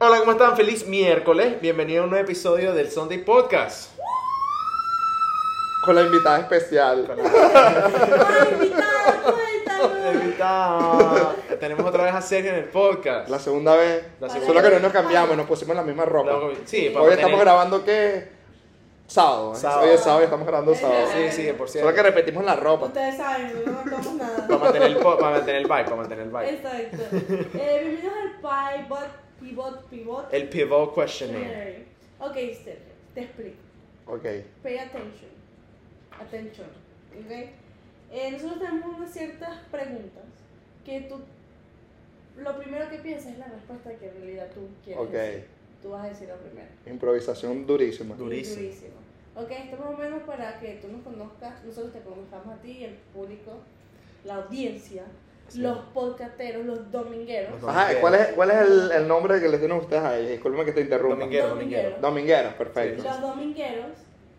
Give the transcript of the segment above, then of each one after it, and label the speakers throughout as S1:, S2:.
S1: Hola, ¿cómo están? Feliz miércoles. Bienvenido a un nuevo episodio del Sunday Podcast.
S2: Con la invitada especial.
S3: Ay, invitada, cuéntalo.
S1: Evita. Tenemos otra vez a Sergio en el podcast.
S2: La segunda vez.
S1: La segunda
S2: Solo que no
S3: vez.
S2: nos cambiamos, nos pusimos la misma ropa.
S1: La- sí, para
S2: Hoy
S1: mantener-
S2: estamos grabando que. Sábado. ¿eh?
S1: Sábado.
S2: Hoy es sábado y estamos grabando sábado.
S1: Sí, sí, por cierto.
S2: Solo que repetimos la ropa.
S3: Ustedes saben, no contamos
S1: Para
S3: nada.
S1: mantener el, po- para mantener el vibe, para mantener el vibe.
S3: Exacto. Este Eh, bienvenidos al Pivot, Pivot, Pivot.
S1: El pivot questioning.
S3: Dictionary. Ok, Sergio, te explico.
S2: Ok.
S3: Pay attention. Attention. Ok. Eh, nosotros tenemos unas ciertas preguntas que tú. Lo primero que piensas es la respuesta que en realidad tú quieres.
S2: Ok.
S3: decir. Tú vas a decir lo primero.
S2: Improvisación durísima.
S1: Durísimo.
S3: Durísimo. Ok, esto más o menos para que tú nos conozcas, nosotros te conozcamos a ti, el público, la audiencia,
S1: Sí.
S3: los podcasteros, los domingueros.
S1: Los
S2: Ajá, ¿cuál es, cuál es el, el nombre que les tienen ustedes ahí? Disculpen que te interrumpa.
S1: Dominguero. Domingueros,
S2: Domingueros, perfecto.
S3: Los domingueros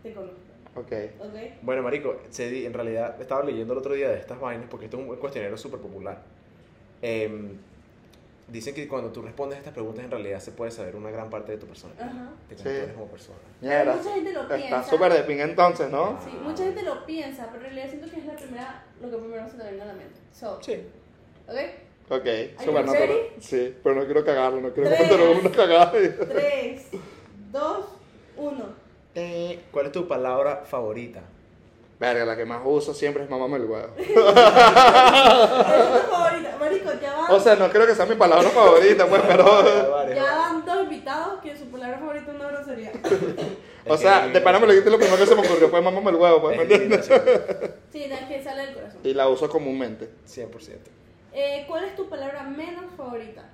S3: te conozcan,
S2: Ok.
S3: ¿ok?
S1: Bueno, marico, se di- en realidad estaba leyendo el otro día de estas vainas porque esto es un cuestionario súper popular. Em, dicen que cuando tú respondes estas preguntas en realidad se puede saber una gran parte de tu personalidad.
S3: Ajá.
S1: De cómo
S2: Sí.
S1: tú eres como persona.
S2: Mierda.
S3: Mucha gente lo
S2: Está
S3: piensa.
S2: súper de ping entonces, ¿no?
S3: Sí, mucha gente lo piensa, pero en realidad siento que es la primera, lo que primero se te viene a la mente. So,
S1: Sí.
S3: ¿ok?
S2: Ok,
S3: you
S2: súper no quiero-
S3: ready?
S2: Sí, pero no quiero cagarlo, no quiero
S3: Tres.
S2: meter una cagada.
S3: 3, 2, 1.
S1: Eh, ¿Cuál es tu palabra favorita?
S2: Verga, la que más uso siempre es mamame el huevo.
S3: Esa es tu favorita. Marico, ya van,
S2: O sea, no creo que sea mi palabra favorita, pues, pero.
S3: ya van dos invitados que su palabra favorita es una grosería.
S2: O sea, de pana me lo dijiste lo primero que se me ocurrió, pues mamame el huevo, pues. ¿me
S1: Eh.
S2: entiendes?
S1: lo
S3: Sí, de que sale del corazón.
S2: Y la uso comúnmente.
S1: 100%.
S3: Eh, ¿Cuál es tu palabra menos favorita?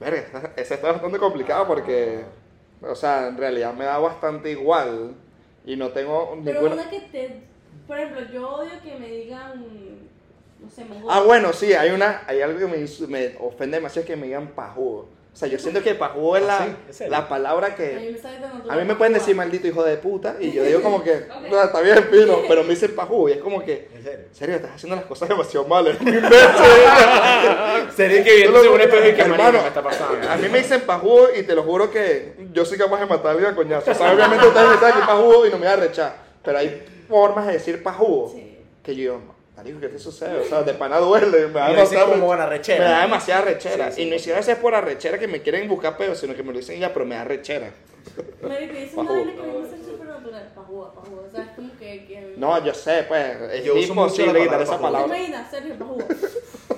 S2: Verga, esa- esa está bastante complicada porque. O sea, en realidad me da bastante igual. Y no tengo
S3: Pero
S2: ninguna.
S3: una que te. Por ejemplo, yo odio que me digan. No sé, mongol.
S2: Ah, bueno, sí, hay una. Hay algo que me, ins- me ofende demasiado es que me digan pajudo. O sea, yo siento que pajudo es
S1: Ah,
S2: la,
S1: sí, ¿en serio?
S2: la palabra
S3: A mí
S2: que.
S3: me sale tan natural.
S2: A mí me pueden decir maldito hijo de puta. Y yo digo como que. "Ah, Está bien, pino. Pero me dicen pajudo. Y es como que.
S1: ¿En serio?
S2: En serio, estás haciendo las cosas demasiado mal. eres un imbécil".
S1: Sería que
S2: Yo lo-
S1: viéndose un espejo y que
S2: Hermano,
S1: marico me está pasando.
S2: A mí me dicen pajudo y te lo juro que yo soy capaz de matar a alguien a coñazo. O sea, obviamente ustedes me dicen aquí pajudo y no me voy a rechar. Pero hay formas de decir pajudo
S3: Sí.
S2: que yo, marico, ¿qué te sucede? O sea, de pana
S1: Me
S2: duele. Me da
S1: lo dicen
S2: demasiada
S1: como
S2: re-
S1: buena
S2: me
S1: rechera.
S2: da demasiada rechera.
S1: Sí, sí.
S2: y no hicieron eso por arrechera que me quieren buscar pedo, sino que me lo dicen ya, pero me da rechera.
S3: Marico, esa es una
S2: Pajúa.
S3: vaina que a mí me sale súper natural. Pajúa, pajúa. O sea, es como que. que...
S2: No, yo sé, pues, es
S1: Yo uso mucho la
S2: imposible quitar
S1: palabra
S2: esa
S1: pajudo.
S3: ¿Te
S2: palabra.
S3: imaginas, Sergio, pajúa?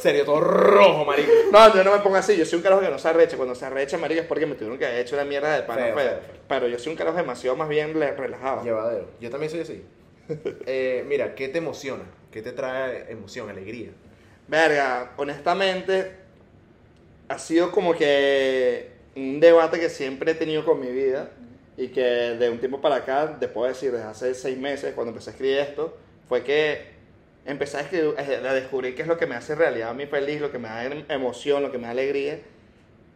S1: Sería todo rojo, marico.
S2: No, yo no me pongo así, yo soy un carajo que no se arrecha. Cuando se arrecha, marica, es porque me tuvieron que haber hecho una mierda de pana,
S1: Feo,
S2: pues.
S1: feo, feo.
S2: Pero yo soy un carajo demasiado más bien le- relajado.
S1: Llevadero. Yo también soy así. Eh, mira, ¿qué te emociona? ¿Qué te trae emoción, alegría?
S2: Verga, honestamente, ha sido como que un debate que siempre he tenido con mi vida y que de un tiempo para acá, te puedo decir, desde hace seis meses, cuando empecé a escribir esto, fue que empecé a, escribir- eh, a descubrir qué es lo que me hace realidad a mí feliz, lo que me da em- emoción, lo que me da alegría.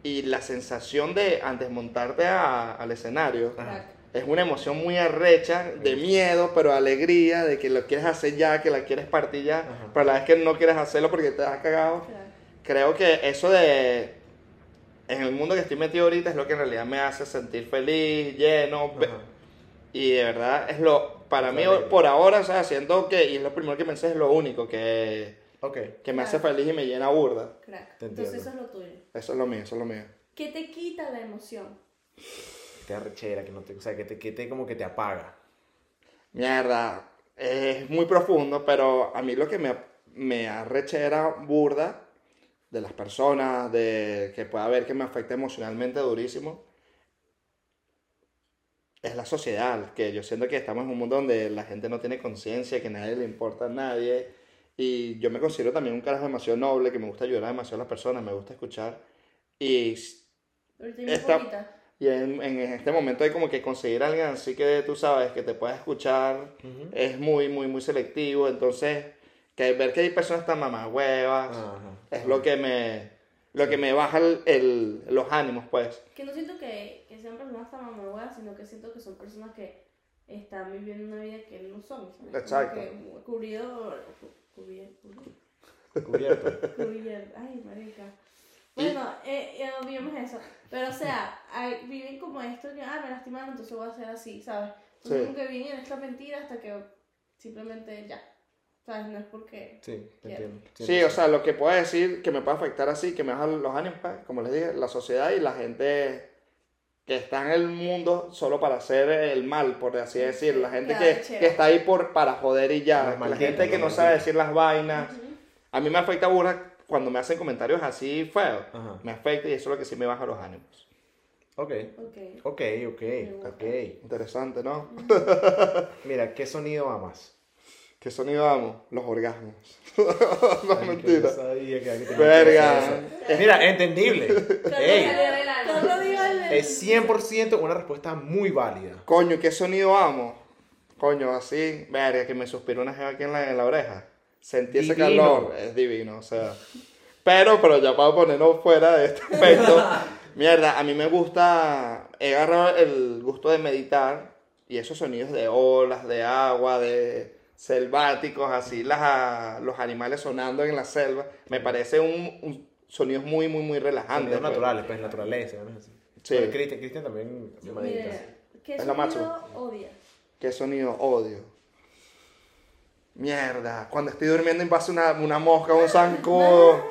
S2: Y la sensación de antes montarte a- al escenario
S1: Ajá.
S2: es una emoción muy arrecha, de miedo, pero alegría, de que lo quieres hacer ya, que la quieres partir ya,
S1: Ajá.
S2: pero a la vez que no quieres hacerlo porque te has cagado.
S3: Claro.
S2: Creo que eso de... En el mundo que estoy metido ahorita es lo que en realidad me hace sentir feliz, lleno. be-
S1: Ajá.
S2: Y de verdad es lo... Para
S1: Es
S2: mí,
S1: alegre.
S2: por ahora, o sea, siento que... Y es lo primero que pensé, es lo único que,
S1: Ok.
S2: que me hace
S3: Claro.
S2: feliz y me llena burda.
S3: Crack.
S1: Te
S3: Entonces, eso es
S1: entiendo.
S3: lo tuyo.
S2: Eso es lo mío, eso es lo mío.
S3: ¿Qué te quita la emoción?
S1: Que te arrechera, que no te. O sea, que te, que te como que te apaga.
S2: Mierda, es muy profundo, pero a mí lo que me, me arrechera burda de las personas, de que pueda haber que me afecta emocionalmente durísimo, es la sociedad, que yo siento que estamos en un mundo donde la gente no tiene conciencia, que nadie le importa a nadie, y yo me considero también un carajo demasiado noble, que me gusta ayudar demasiado a las personas, me gusta escuchar, y
S3: Ahorita hay
S2: Esta-
S3: una poquita.
S2: y en, en este momento hay como que conseguir a alguien así que tú sabes que te pueda escuchar
S1: Ujú.
S2: es muy, muy, muy selectivo. Entonces, que ver que hay personas tan mamagüevas
S1: Ajá.
S2: es lo que me, lo que me baja el- el- los ánimos, pues.
S3: Que no siento que, que sean personas tan mamahuevas, sino que siento que son personas que están viviendo una vida que no son. ¿sabes? Como
S2: Exacto.
S3: que Cubrido. cu- Cubierto.
S1: Cubierto.
S3: Cubierto. Ay, marica. Bueno, eh, eh, olvidemos eso. Pero, o sea, hay- viven como esto que, ah, me lastimaron, entonces voy a hacer así, ¿sabes? Entonces,
S2: Sí.
S3: como que viven en esta mentira hasta que simplemente ya. ¿Sabes? No es porque.
S1: Sí, te
S3: Ya.
S1: entiendo.
S2: Sí, o sea, lo que puedo decir que me puede afectar así, que me baja los ánimos, pues, como les dije, la sociedad y la gente que está en el mundo solo para hacer el mal, por así decir, la gente
S3: Ya,
S2: que,
S3: chévere.
S2: que está ahí por, para joder y ya,
S1: Los
S2: la
S1: malditos,
S2: gente que
S1: los
S2: no sabe
S1: malditos.
S2: decir las vainas.
S3: Ujú.
S2: A mí me afecta burda cuando me hacen comentarios así feos,
S1: Ajá.
S2: me afecta y eso es lo que sí me baja los ánimos.
S1: Ok,
S3: Ok.
S1: ok, ok,
S3: gusta.
S1: ok.
S2: Interesante, ¿no?
S1: Mira, ¿qué sonido amas?
S2: ¿Qué sonido amo? Los orgasmos. no,
S1: Ay, que
S2: mentira.
S1: yo sabía que aquí tenía que
S2: Verga.
S1: decir eso. Mira, entendible. Ey,
S3: Pero lo digo en el-
S1: es 100% una respuesta muy válida.
S2: Coño, ¿qué sonido amo? Coño, así, verga, que me suspiró una jeva aquí en la, en la oreja. Sentí ese
S1: Divino.
S2: calor, es divino, o sea. Pero, pero ya para ponernos fuera de este aspecto, mierda, a mí me gusta, he agarrado el gusto de meditar y esos sonidos de olas, de agua, de selváticos, así, las, ah, los animales sonando en la selva, me parece un, un sonido muy, muy, muy relajante.
S1: Sonidos
S2: pues.
S1: naturales, pues naturaleza. ¿no? Así.
S2: Sí.
S1: Bueno, Cristian Cristian también medita.
S3: Mira, ¿qué
S2: Es lo macho.
S3: sonido odias?
S2: ¿Qué sonido odio? Mierda, cuando estoy durmiendo y pasa una, una mosca, un zancudo.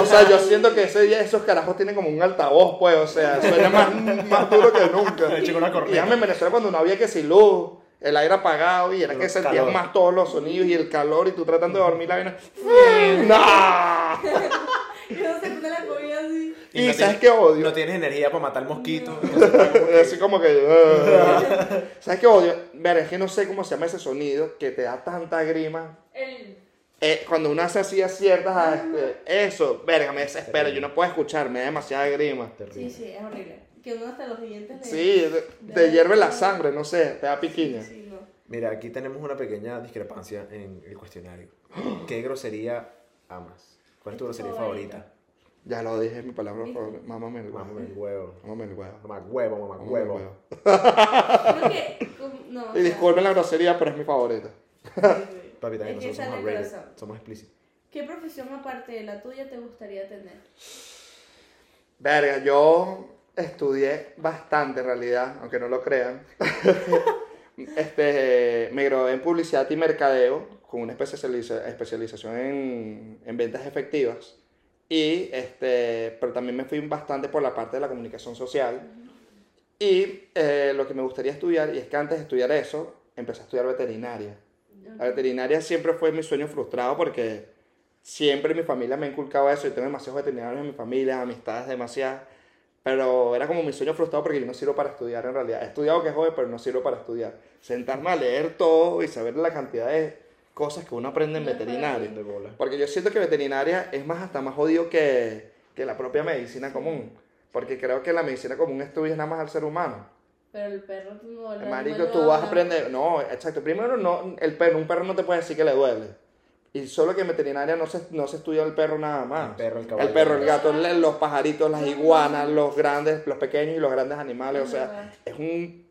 S2: O sea, yo siento que ese día esos carajos tienen como un altavoz, pues, o sea, suena más, más duro que nunca.
S1: Le chico una corneta.
S2: Y déjame en Venezuela cuando no había que si luz, el aire apagado y era
S1: El
S2: que sentías
S1: calor.
S2: más todos los sonidos y el calor y tú tratando de dormir la vaina. ¡No!
S3: Yo se pone la comida así.
S2: Y,
S1: no
S2: ¿sabes
S1: tienes-
S2: qué odio?
S1: No tienes energía para matar mosquitos.
S2: Así como que. "Ah". ¿Sabes qué odio? Ver, es que no sé cómo se llama ese sonido que te da tanta grima.
S3: El.
S2: Eh, cuando uno hace así aciertas, a- eh, eso, verga, me desespero. Yo no puedo escuchar, me da demasiada grima.
S3: Sí, sí, es horrible. Que uno hasta los dientes le.
S2: Sí, te- te hierve la sangre, no sé, te da piquiña.
S3: Sí, no.
S1: Mira, aquí tenemos una pequeña discrepancia en el cuestionario. ¿Qué grosería amas? ¿Cuál es tu
S3: Es tu
S1: grosería
S3: favorita.
S1: favorita?
S2: Ya lo dije, mi palabra
S3: ¿Viste?
S2: favorita. Mámame el
S1: Mamá el
S2: huevo.
S1: huevo.
S2: Mámame el huevo.
S1: Mamá huevo, mamá
S2: Mámame el
S1: huevo.
S2: huevo.
S3: Creo que. como- No. o
S2: Y
S3: sea,
S2: disculpen la grosería, pero es mi favorita.
S3: sí, sí.
S1: Papi, también
S3: Es que
S1: nosotros somos
S3: sale el
S1: rated,
S3: corazón.
S1: somos explícitos.
S3: ¿Qué profesión aparte de la tuya te gustaría tener?
S2: Verga, yo estudié bastante en realidad, aunque no lo crean. este, me gradué en publicidad y mercadeo con una especializa- especialización en, en ventas efectivas. Y este, pero también me fui bastante por la parte de la comunicación social. Y eh, lo que me gustaría estudiar, y es que antes de estudiar eso, empecé a estudiar veterinaria. La veterinaria siempre fue mi sueño frustrado porque siempre mi familia me ha inculcado eso y tengo demasiados veterinarios en mi familia, amistades demasiadas. Pero era como mi sueño frustrado porque yo no sirvo para estudiar en realidad. He estudiado que es joven, pero no sirvo para estudiar. Sentarme a leer todo y saber la cantidad de cosas que uno aprende en
S3: No es para
S2: veterinaria.
S1: De bola.
S2: Porque yo siento que veterinaria es más hasta más jodido que, que la propia medicina común. Porque creo que la medicina común estudias nada más al ser humano.
S3: Pero el perro tú no. el
S2: Marico,
S3: animal no
S2: tú vas a
S3: habla.
S2: aprender. No, exacto. Primero, no, el perro, un perro no te puede decir que le duele. Y solo que en veterinaria no se, no se estudia el perro nada más.
S1: El perro, el caballo.
S2: El perro, el gato, le- los pajaritos, las iguanas, los grandes, los pequeños y los grandes
S3: Ah,
S2: animales. O sea, es un.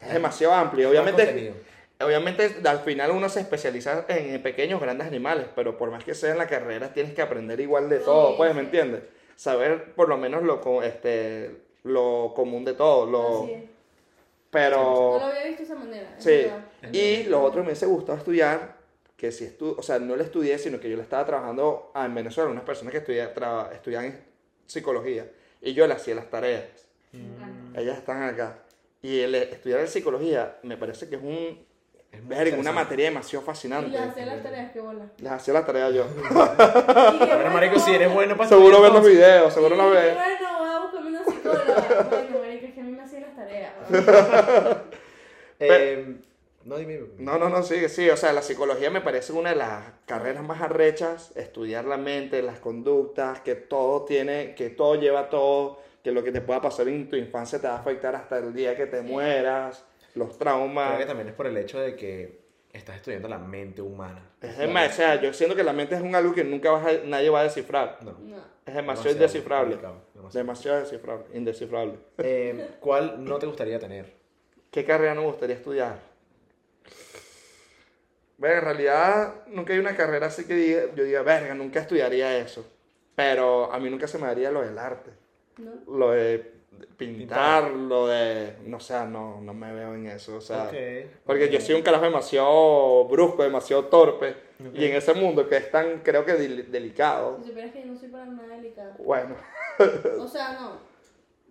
S2: Es demasiado amplio. Obviamente,
S1: Contenido.
S2: obviamente, al final uno se especializa en pequeños, grandes animales. Pero por más que sea en la carrera, tienes que aprender igual de
S3: Sí,
S2: todo, pues, ¿me
S3: sí.
S2: entiendes? Saber por lo menos lo, co- este, lo común de todo. Lo,
S3: Así es.
S2: pero.
S3: Ah, No lo había visto de esa manera. es
S2: Sí,
S3: verdad.
S2: y lo otro que me hubiese gustado estudiar, que si estu o sea, no lo estudié, sino que yo le estaba trabajando a- en Venezuela, unas personas que estudia- traba- estudian psicología, y yo le hacía las tareas.
S1: Mm.
S2: Ellas están acá. Y el eh, estudiar psicología me parece que es un,
S1: Es muy
S2: verga, una
S1: interesante.
S2: materia demasiado
S3: Ah, Y las
S2: fascinante.
S3: hacía las tareas, qué bola.
S2: Les hacía las tareas yo.
S3: Y qué
S1: Pero, marico, si eres bueno para
S2: seguro ver
S1: estudiar,
S2: los
S1: Pues entonces-
S2: videos, seguro
S3: Sí,
S2: lo ve.
S3: Bueno, voy a buscarme una psicóloga. Bueno, marico, es que a mí me hacían las tareas.
S1: Eh, no, dime. dime.
S2: No, no, no, sí, sí, o sea, la psicología me parece una de las carreras más arrechas, estudiar la mente, las conductas, que todo tiene, que todo lleva a todo, que lo que te pueda pasar en tu infancia te va a afectar hasta el día que te mueras, los
S1: Creo que
S2: traumas.
S1: también es por el hecho de que estás estudiando la mente humana.
S2: Es demasiado, o sea, yo siento que la mente es un algo que nunca vas a- nadie va a descifrar.
S1: No.
S3: No.
S2: Es demasiado indescifrable. Demasiado descifrable, indescifrable.
S1: Eh, ¿Cuál no te gustaría tener?
S2: ¿Qué carrera nos gustaría estudiar? Verga, en realidad nunca hay una carrera así que diga- yo diga, verga, nunca estudiaría eso. Pero a mí nunca se me daría lo del arte.
S3: ¿no?
S2: Lo de pintar,
S1: Pintar.
S2: lo de. No o sea, no, no me veo en eso. O sea,
S1: Ok,
S2: porque
S1: ok.
S2: yo soy un carajo demasiado brusco, demasiado torpe.
S1: Ok.
S2: Y en ese mundo que es tan, creo que, deli- delicado.
S3: Si supieras que yo no soy para nada delicada.
S2: Bueno,
S3: O sea, no.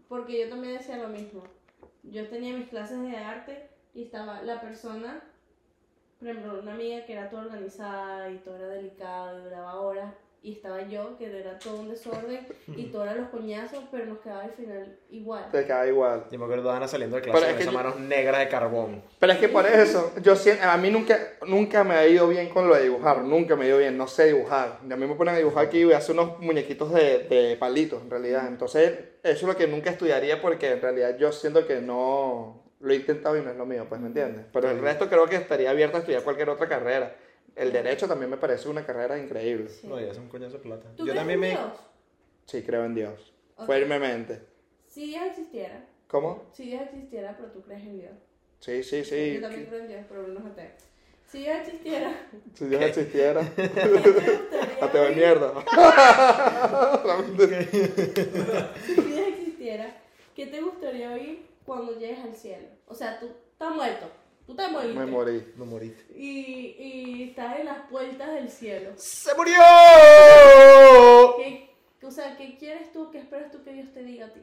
S3: Porque yo también decía lo mismo. Yo tenía mis clases de arte y estaba la persona, por ejemplo, una amiga que era toda organizada y todo era delicado y duraba horas. Y estaba yo, que era todo un desorden y todo era los coñazos, pero nos quedaba al final igual.
S2: te queda igual.
S1: Yo me acuerdo de Ana saliendo de clase
S2: Pero es
S1: con
S2: que
S1: esas
S2: yo-
S1: manos negras de carbón.
S2: Pero es que por eso, yo siento, a mí nunca, nunca me ha ido bien con lo de dibujar, nunca me ha ido bien, no sé dibujar. Y a mí me ponen a dibujar aquí y voy a hacer unos muñequitos de, de palitos, en realidad. Entonces, eso es lo que nunca estudiaría porque en realidad yo siento que no lo he intentado y no es lo mío, pues, ¿me entiendes? Pero el resto creo que estaría abierto a estudiar cualquier otra carrera. El derecho también me parece una carrera increíble.
S3: Sí.
S1: No, ya es un coñazo de plata.
S3: ¿Tú
S1: yo
S3: crees
S1: también me.
S3: en Dios?
S2: Sí, creo en Dios,
S3: Ok.
S2: firmemente.
S3: Si Dios existiera,
S2: ¿Cómo?
S3: si Dios existiera, pero tú crees en Dios.
S2: Sí, sí,
S3: Yo
S2: sí.
S3: también creo en Dios, pero no es ateo. Si Dios existiera,
S2: Si Dios existiera,
S3: ¿qué te gustaría
S2: ateo de
S3: vivir?
S2: mierda.
S3: Si Dios existiera, ¿qué te gustaría oír cuando llegues al cielo? O sea, tú estás muerto, tú te moriste.
S2: Me morí.
S1: No morí.
S3: Y, y estás en las puertas del cielo.
S1: ¡Se murió!
S3: ¿Qué, o sea, ¿qué quieres tú, qué esperas tú que Dios te diga a ti?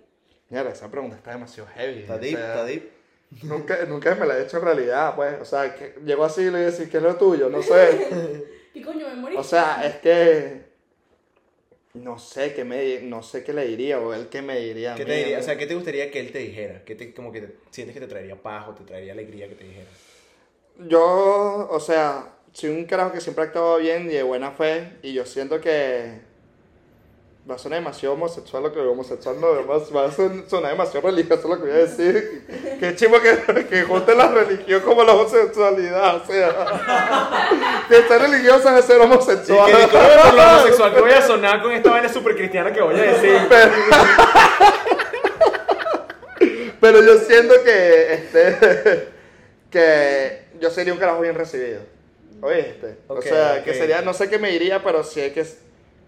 S2: Mierda, esa pregunta está demasiado heavy.
S1: Está
S2: o
S1: deep,
S2: sea,
S1: está deep.
S2: Nunca, nunca me la he hecho en realidad, pues. O sea, que llego así y le digo, ¿qué es lo tuyo? No sé.
S3: ¿Qué coño me morí?
S2: O sea, es que. No sé qué me, no sé qué le diría o él qué me diría. a
S1: ¿Qué
S2: mí,
S1: te diría?
S2: ¿no?
S1: O sea, ¿qué te gustaría que él te dijera? ¿Qué te, como que te- sientes que te traería paz o te traería alegría que te dijera?
S2: Yo, o sea, soy un carajo que siempre ha actuado bien y de buena fe. Y yo siento que. Va a sonar demasiado homosexual lo que homosexual no, va a- va a son- sonar demasiado religioso lo que voy a decir. Qué chingo que, que junte la religión como la homosexualidad, o sea. De ser religiosa de ser homosexual.
S1: por lo homosexual que voy a sonar con esta vaina super cristiana que voy a decir.
S2: Pero, pero yo siento que este que yo sería un carajo bien recibido. ¿Oíste? o
S1: Ok,
S2: sea,
S1: ok.
S2: que sería, no sé qué me diría, pero si es que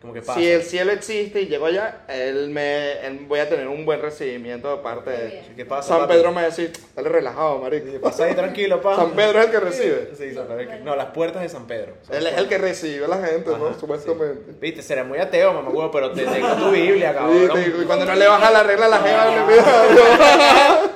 S1: Como que pasa.
S2: si el cielo existe y llego allá, él me él- voy a tener un buen recibimiento de parte
S3: Muy
S2: de
S3: bien.
S1: ¿Qué pasa?
S2: San
S1: papi?
S2: Pedro me va a decir, dale relajado,
S1: Sí,
S2: marico.
S1: Pasa ahí tranquilo, pa.
S2: San Pedro es el que recibe.
S1: Sí, San Pedro. No, las puertas de San Pedro. Son
S2: Él es
S1: las
S2: el que recibe a la gente,
S1: puertas.
S2: ¿no?
S1: Ajá,
S2: Supuestamente.
S1: sí. Viste, será muy ateo, mamá, huevo, pero te tengo tu Biblia, cabrón.
S2: Y, te- y cuando no le baja la regla a la jeva, le pide-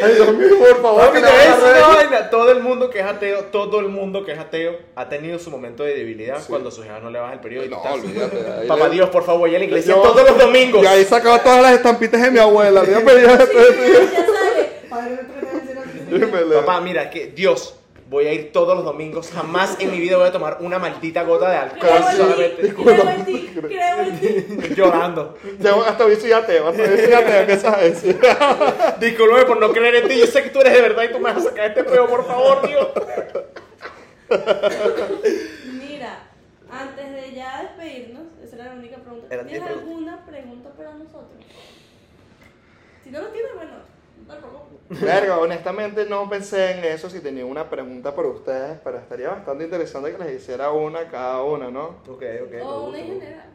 S2: Ay, Dios mío, por favor,
S1: Papi,
S2: que
S1: te
S2: le
S1: voy a
S2: baje la
S1: decir
S2: regla.
S1: una vaina. Todo el mundo que es ateo, todo el mundo que es ateo ha tenido su momento de debilidad
S2: Sí.
S1: cuando su jefa no le baja el periodo. y tú
S2: No,
S1: estás-
S2: olvídate, ahí
S1: Papá
S2: le-
S1: Dios, por favor, voy a la iglesia
S2: Yo-
S1: todos los domingos.
S2: Y ahí sacaba todas las estampitas de mi abuela. le iba a pedir-
S3: pues, ya sale. Padre, no te creas, será que-
S2: Dímelo.
S1: Papá, mira, que Dios, voy a ir todos los domingos. Jamás en mi vida voy a tomar una maldita gota de alcohol. solamente.
S3: Creo en ti, creo en ti, creo en ti.
S1: Llorando.
S2: Yo hasta hoy soy ateo, hasta hoy soy ateo, empiezas a decir.
S1: Disculpe por no creer en ti. Yo sé que tú eres de verdad y tú me vas a sacar este peo, por favor, Dios.
S3: Mira, antes de ya despedirnos, esa era la única pregunta.
S1: Eran diez
S3: ¿Tienes
S1: preguntas.
S3: alguna pregunta para nosotros? Si no lo tienes, bueno, tampoco.
S2: Verga, honestamente no pensé en eso si tenía una pregunta para ustedes, pero estaría bastante interesante que les hiciera una a cada una, ¿no?
S1: Ok, ok. me
S3: O Oh,
S1: gusta.
S3: una en general.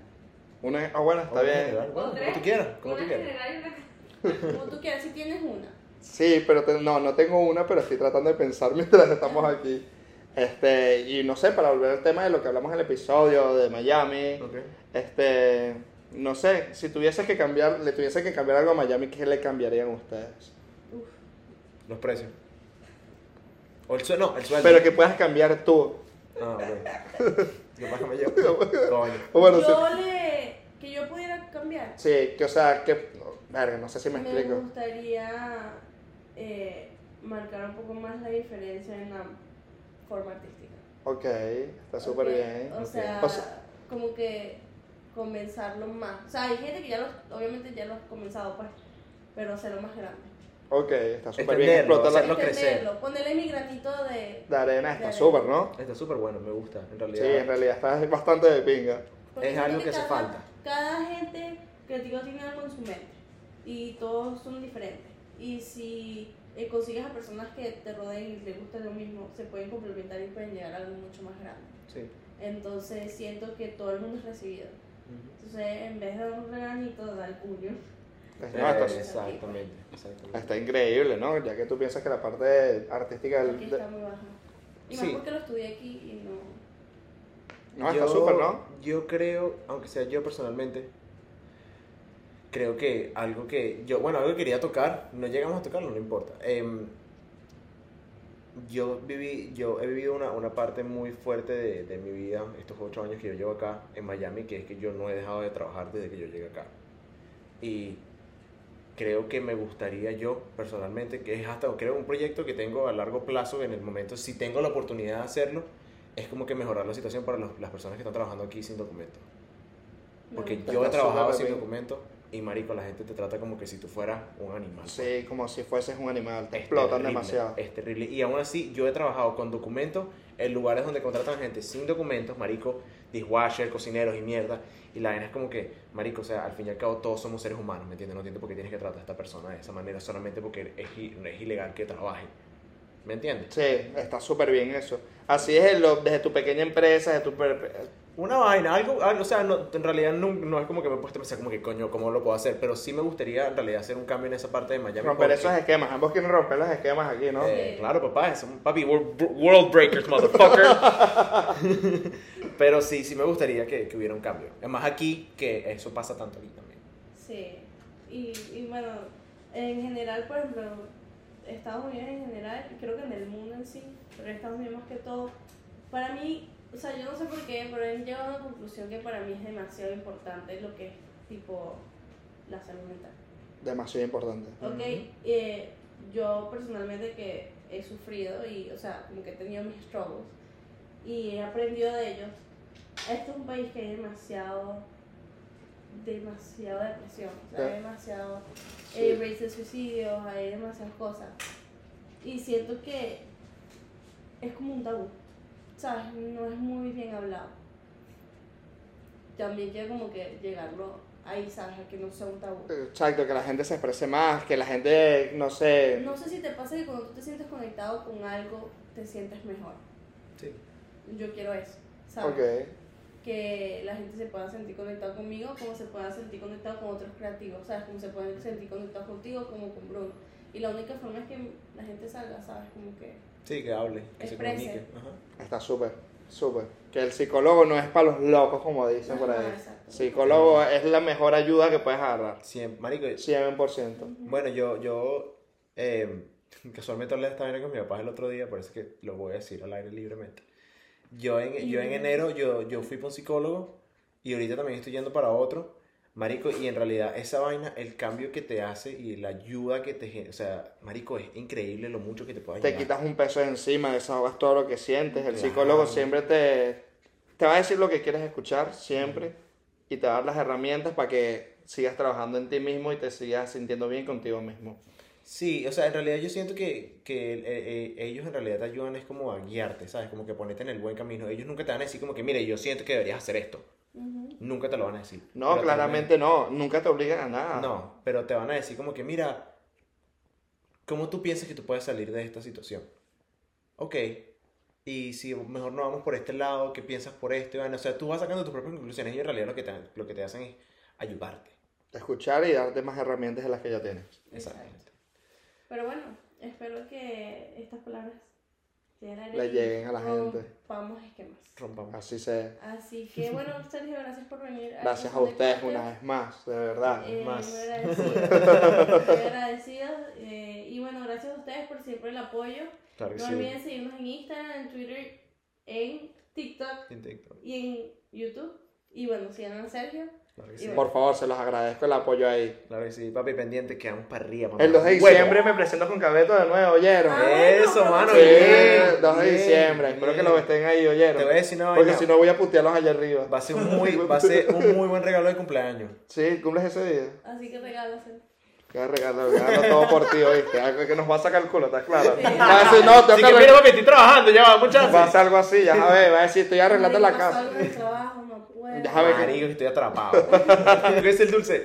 S2: Una, ah, bueno, está
S1: O una en
S2: bien.
S1: general, bueno,
S3: ¿O
S1: Como
S3: tres?
S1: tú quieras, como tú
S4: Una
S1: quieras.
S4: general y una
S3: Como tú quieras, si tienes una.
S2: Sí, pero te- no, no tengo una, pero estoy tratando de pensar mientras estamos aquí. Este, y no sé, para volver al tema de lo que hablamos en el episodio de Miami,
S1: Ok.
S2: este, no sé, si tuvieses que cambiar, le tuviese que cambiar algo a Miami, ¿qué le cambiarían ustedes?
S3: Uf.
S1: Los precios. O el sueldo, no, el sueldo.
S2: Pero que puedas cambiar tú.
S1: Ah, ok. ¿Qué pasa, me llevo? Coño.
S2: O bueno, sí,
S3: yo le. que yo pudiera cambiar.
S2: sí, que o sea, que, verga, no sé si me explico.
S3: gustaría eh, marcar un poco más la diferencia en la forma artística.
S2: Ok, está súper
S3: Ok,
S2: bien.
S3: O sea,
S2: O sea-
S3: como que comenzarlo más. O sea, hay gente que ya lo, obviamente ya lo ha comenzado, pues, pero hacerlo más grande.
S2: Ok, está súper bien.
S1: Entenderlo,
S2: Explota la,
S1: hacerlo crecer.
S3: Entenderlo, Ponerle mi granito de...
S2: la arena, está
S3: de
S2: súper, ¿no?
S1: Está Este súper bueno, me gusta, en
S2: Sí,
S1: realidad.
S2: en realidad está bastante de pinga.
S3: porque
S1: Es
S3: siento
S1: algo que hace
S3: cada-
S1: falta.
S3: Cada gente creativa tiene algo en su mente y todos son diferentes. Y si eh, consigues a personas que te rodeen y les gusta lo mismo, se pueden complementar y pueden llegar a algo mucho más grande.
S1: Sí.
S3: Entonces siento que todo el mundo es recibido. Entonces, en vez de un reganito, da el puño.
S2: No, esto
S1: Eh,
S2: es-
S1: exactamente, exactamente.
S2: está increíble, ¿no? Ya que tú piensas que la parte artística del-
S3: Aquí
S2: de-
S3: está muy baja. Y
S1: Sí.
S3: más porque lo estudié aquí y no.
S2: No, está súper, ¿no?
S1: Yo creo, aunque sea yo personalmente, creo que algo que yo, bueno, algo que quería tocar, no llegamos a tocarlo, no importa. Em, yo viví, yo he vivido una, una parte muy fuerte de, de mi vida, estos ocho años que yo llevo acá en Miami, que es que yo no he dejado de trabajar desde que yo llegué acá. Y creo que me gustaría yo personalmente, que es hasta, creo un proyecto que tengo a largo plazo, que en el momento, si tengo la oportunidad de hacerlo, es como que mejorar la situación para los- las personas que están trabajando aquí sin documento.
S3: me
S1: Porque
S3: gusta.
S1: yo he
S2: Está
S1: trabajado
S2: súper
S1: sin
S2: bien.
S1: documento y marico, la gente te trata como que si tú fueras un animal.
S2: Sí, como si fueses un animal, te
S1: Es
S2: explotan
S1: terrible,
S2: demasiado.
S1: Es terrible. Y aún así, yo he trabajado con documentos en lugares donde contratan gente sin documentos, marico, dishwasher, cocineros y mierda. Y la vaina es como que, marico, o sea, al fin y al cabo todos somos seres humanos, ¿me entiendes? No entiendo por qué tienes que tratar a esta persona de esa manera solamente porque es, i- es ilegal que trabaje. ¿Me entiendes?
S2: Sí, está súper bien eso. Así es, lo- desde tu pequeña empresa, desde tu... per-
S1: Una vaina, algo, algo- o sea, no- en realidad no, no es como que me he puesto a pensar como que coño, ¿cómo lo puedo hacer? Pero sí me gustaría en realidad hacer un cambio en esa parte de Miami.
S2: romper
S1: porque,
S2: esos esquemas. Ambos quieren romper los esquemas aquí, ¿no?
S1: eh,
S3: Sí.
S1: claro, papá, es un papi, we're br- world breakers, motherfucker. Pero sí, sí me gustaría que, que hubiera un cambio. Además aquí, que eso pasa tanto aquí también.
S3: Sí. Y, y bueno, en general, por ejemplo, Estados Unidos en general, y creo que en el mundo en sí, pero Estados Unidos más que todo, para mí, o sea, yo no sé por qué, pero he llegado a la conclusión que para mí es demasiado importante lo que es tipo la salud mental.
S2: Demasiado importante.
S3: Ok, eh, yo personalmente que he sufrido y, o sea, como que he tenido mis struggles y he aprendido de ellos. Este es un país que hay demasiado, demasiado depresión, o sea, hay demasiado eh, rates de suicidios, hay demasiadas cosas. Y siento que es como un tabú, ¿sabes? No es muy bien hablado. También quiero como que llegarlo ahí, ¿sabes? A que no sea un tabú.
S2: Exacto, que la gente se exprese más, que la gente, no sé...
S3: No sé si te pasa que cuando tú te sientes conectado con algo, te sientes mejor.
S1: Sí.
S3: Yo quiero eso, ¿sabes?
S2: ok,
S3: Que la gente se pueda sentir conectado conmigo, como se pueda sentir conectado con otros creativos, ¿sabes? Como se pueden sentir conectados contigo, como con Bruno. Y la única forma es que la gente salga, ¿sabes? Como que...
S1: Sí, que hable, que
S3: Exprese.
S1: se comunique. Ajá.
S2: está súper, súper. Que el psicólogo no es para los locos, como dicen por
S3: Ajá,
S2: ahí.
S3: exacto.
S2: Psicólogo es la mejor ayuda que puedes agarrar.
S1: Siem- marico,
S2: 100%.
S1: Bueno, yo, yo eh, casualmente hablé de esta vaina con mi papá el otro día, parece que lo voy a decir al aire libremente. Yo en, yo en enero, yo, yo fui para un psicólogo y ahorita también estoy yendo para otro, marico, y en realidad esa vaina, el cambio que te hace y la ayuda que te... gen- O sea, marico, es increíble lo mucho que te puede
S2: Te
S1: ayudar.
S2: quitas un peso de encima, desahogas todo lo que sientes. El
S1: Claro.
S2: psicólogo siempre te, te va a decir lo que quieres escuchar, siempre. Y te va a dar las herramientas para que sigas trabajando en ti mismo y te sigas sintiendo bien contigo mismo.
S1: Sí, o sea, en realidad yo siento que, que eh, eh, ellos en realidad te ayudan es como a guiarte, ¿sabes? Como que ponerte en el buen camino. Ellos nunca te van a decir como que, mire, yo siento que deberías hacer esto.
S3: Ujú.
S1: Nunca te lo van a decir. Pero
S2: No,
S1: también-
S2: claramente no. Nunca te obligan a nada.
S1: No, pero te van a decir como que, mira, ¿cómo tú piensas que tú puedes salir de esta situación? Ok, y si mejor no vamos por este lado, ¿qué piensas por este? Bueno, o sea, tú vas sacando tus propias conclusiones y en realidad lo que te, lo que te hacen es ayudarte.
S2: Escuchar y darte más herramientas de las que ya tienes.
S1: Exactamente.
S3: Pero bueno, espero que estas palabras lleguen,
S2: Le lleguen a la gente.
S3: Vamos esquemas.
S1: Rompamos.
S2: Así se.
S3: Así que bueno, Sergio, gracias por venir.
S2: Gracias a
S3: Razón de
S2: ustedes
S3: Cóctel.
S2: una vez más, de verdad.
S3: Eh,
S1: Más.
S3: Muy agradecida. Muy agradecida, eh, y bueno, gracias a ustedes por siempre el apoyo.
S1: Claro que Pues
S3: No
S1: sí.
S3: olviden seguirnos en Instagram, en Twitter, en TikTok
S1: En TikTok,
S3: y en YouTube. Y bueno, sigan a Sergio.
S1: Claro que
S3: Y
S1: sí.
S3: bueno.
S2: Por favor, se los agradezco el apoyo ahí.
S1: Claro que sí. Papi, pendiente, quedamos para arriba, mamá.
S2: El 2 de
S1: Huevo.
S2: diciembre me presento con Cabeto de nuevo, ¿oyeron?
S3: Ah,
S1: Eso,
S3: bueno,
S1: mano.
S2: Sí,
S1: bien,
S2: 2 de
S1: bien,
S2: diciembre. Espero
S1: bien.
S2: que lo estén ahí, ¿oyeron?
S1: Te voy a decir una
S2: Porque
S1: vaina.
S2: si no voy a putearlos allá arriba.
S1: Va a ser un muy, va a ser un muy buen regalo de cumpleaños.
S2: Sí, cumples ese día.
S3: Así que regálaselo.
S2: Te voy a regalar, regalo todo por ti, ¿oíste? Algo que nos va a sacar el culo, ¿estás claro?
S3: Sí.
S2: Va a decir, no, tengo
S1: Así
S2: que
S1: que mira,
S2: arreglar-
S1: papi, estoy trabajando, ya va, muchachos.
S2: Va a ser algo así, ya sabes, va a decir, estoy arreglando
S3: Ay,
S2: la
S3: me pasó
S2: casa.
S3: algo de trabajo, no puedo.
S2: Ya sabes que-
S1: Marico, que estoy atrapado. ¿Qué es el dulce?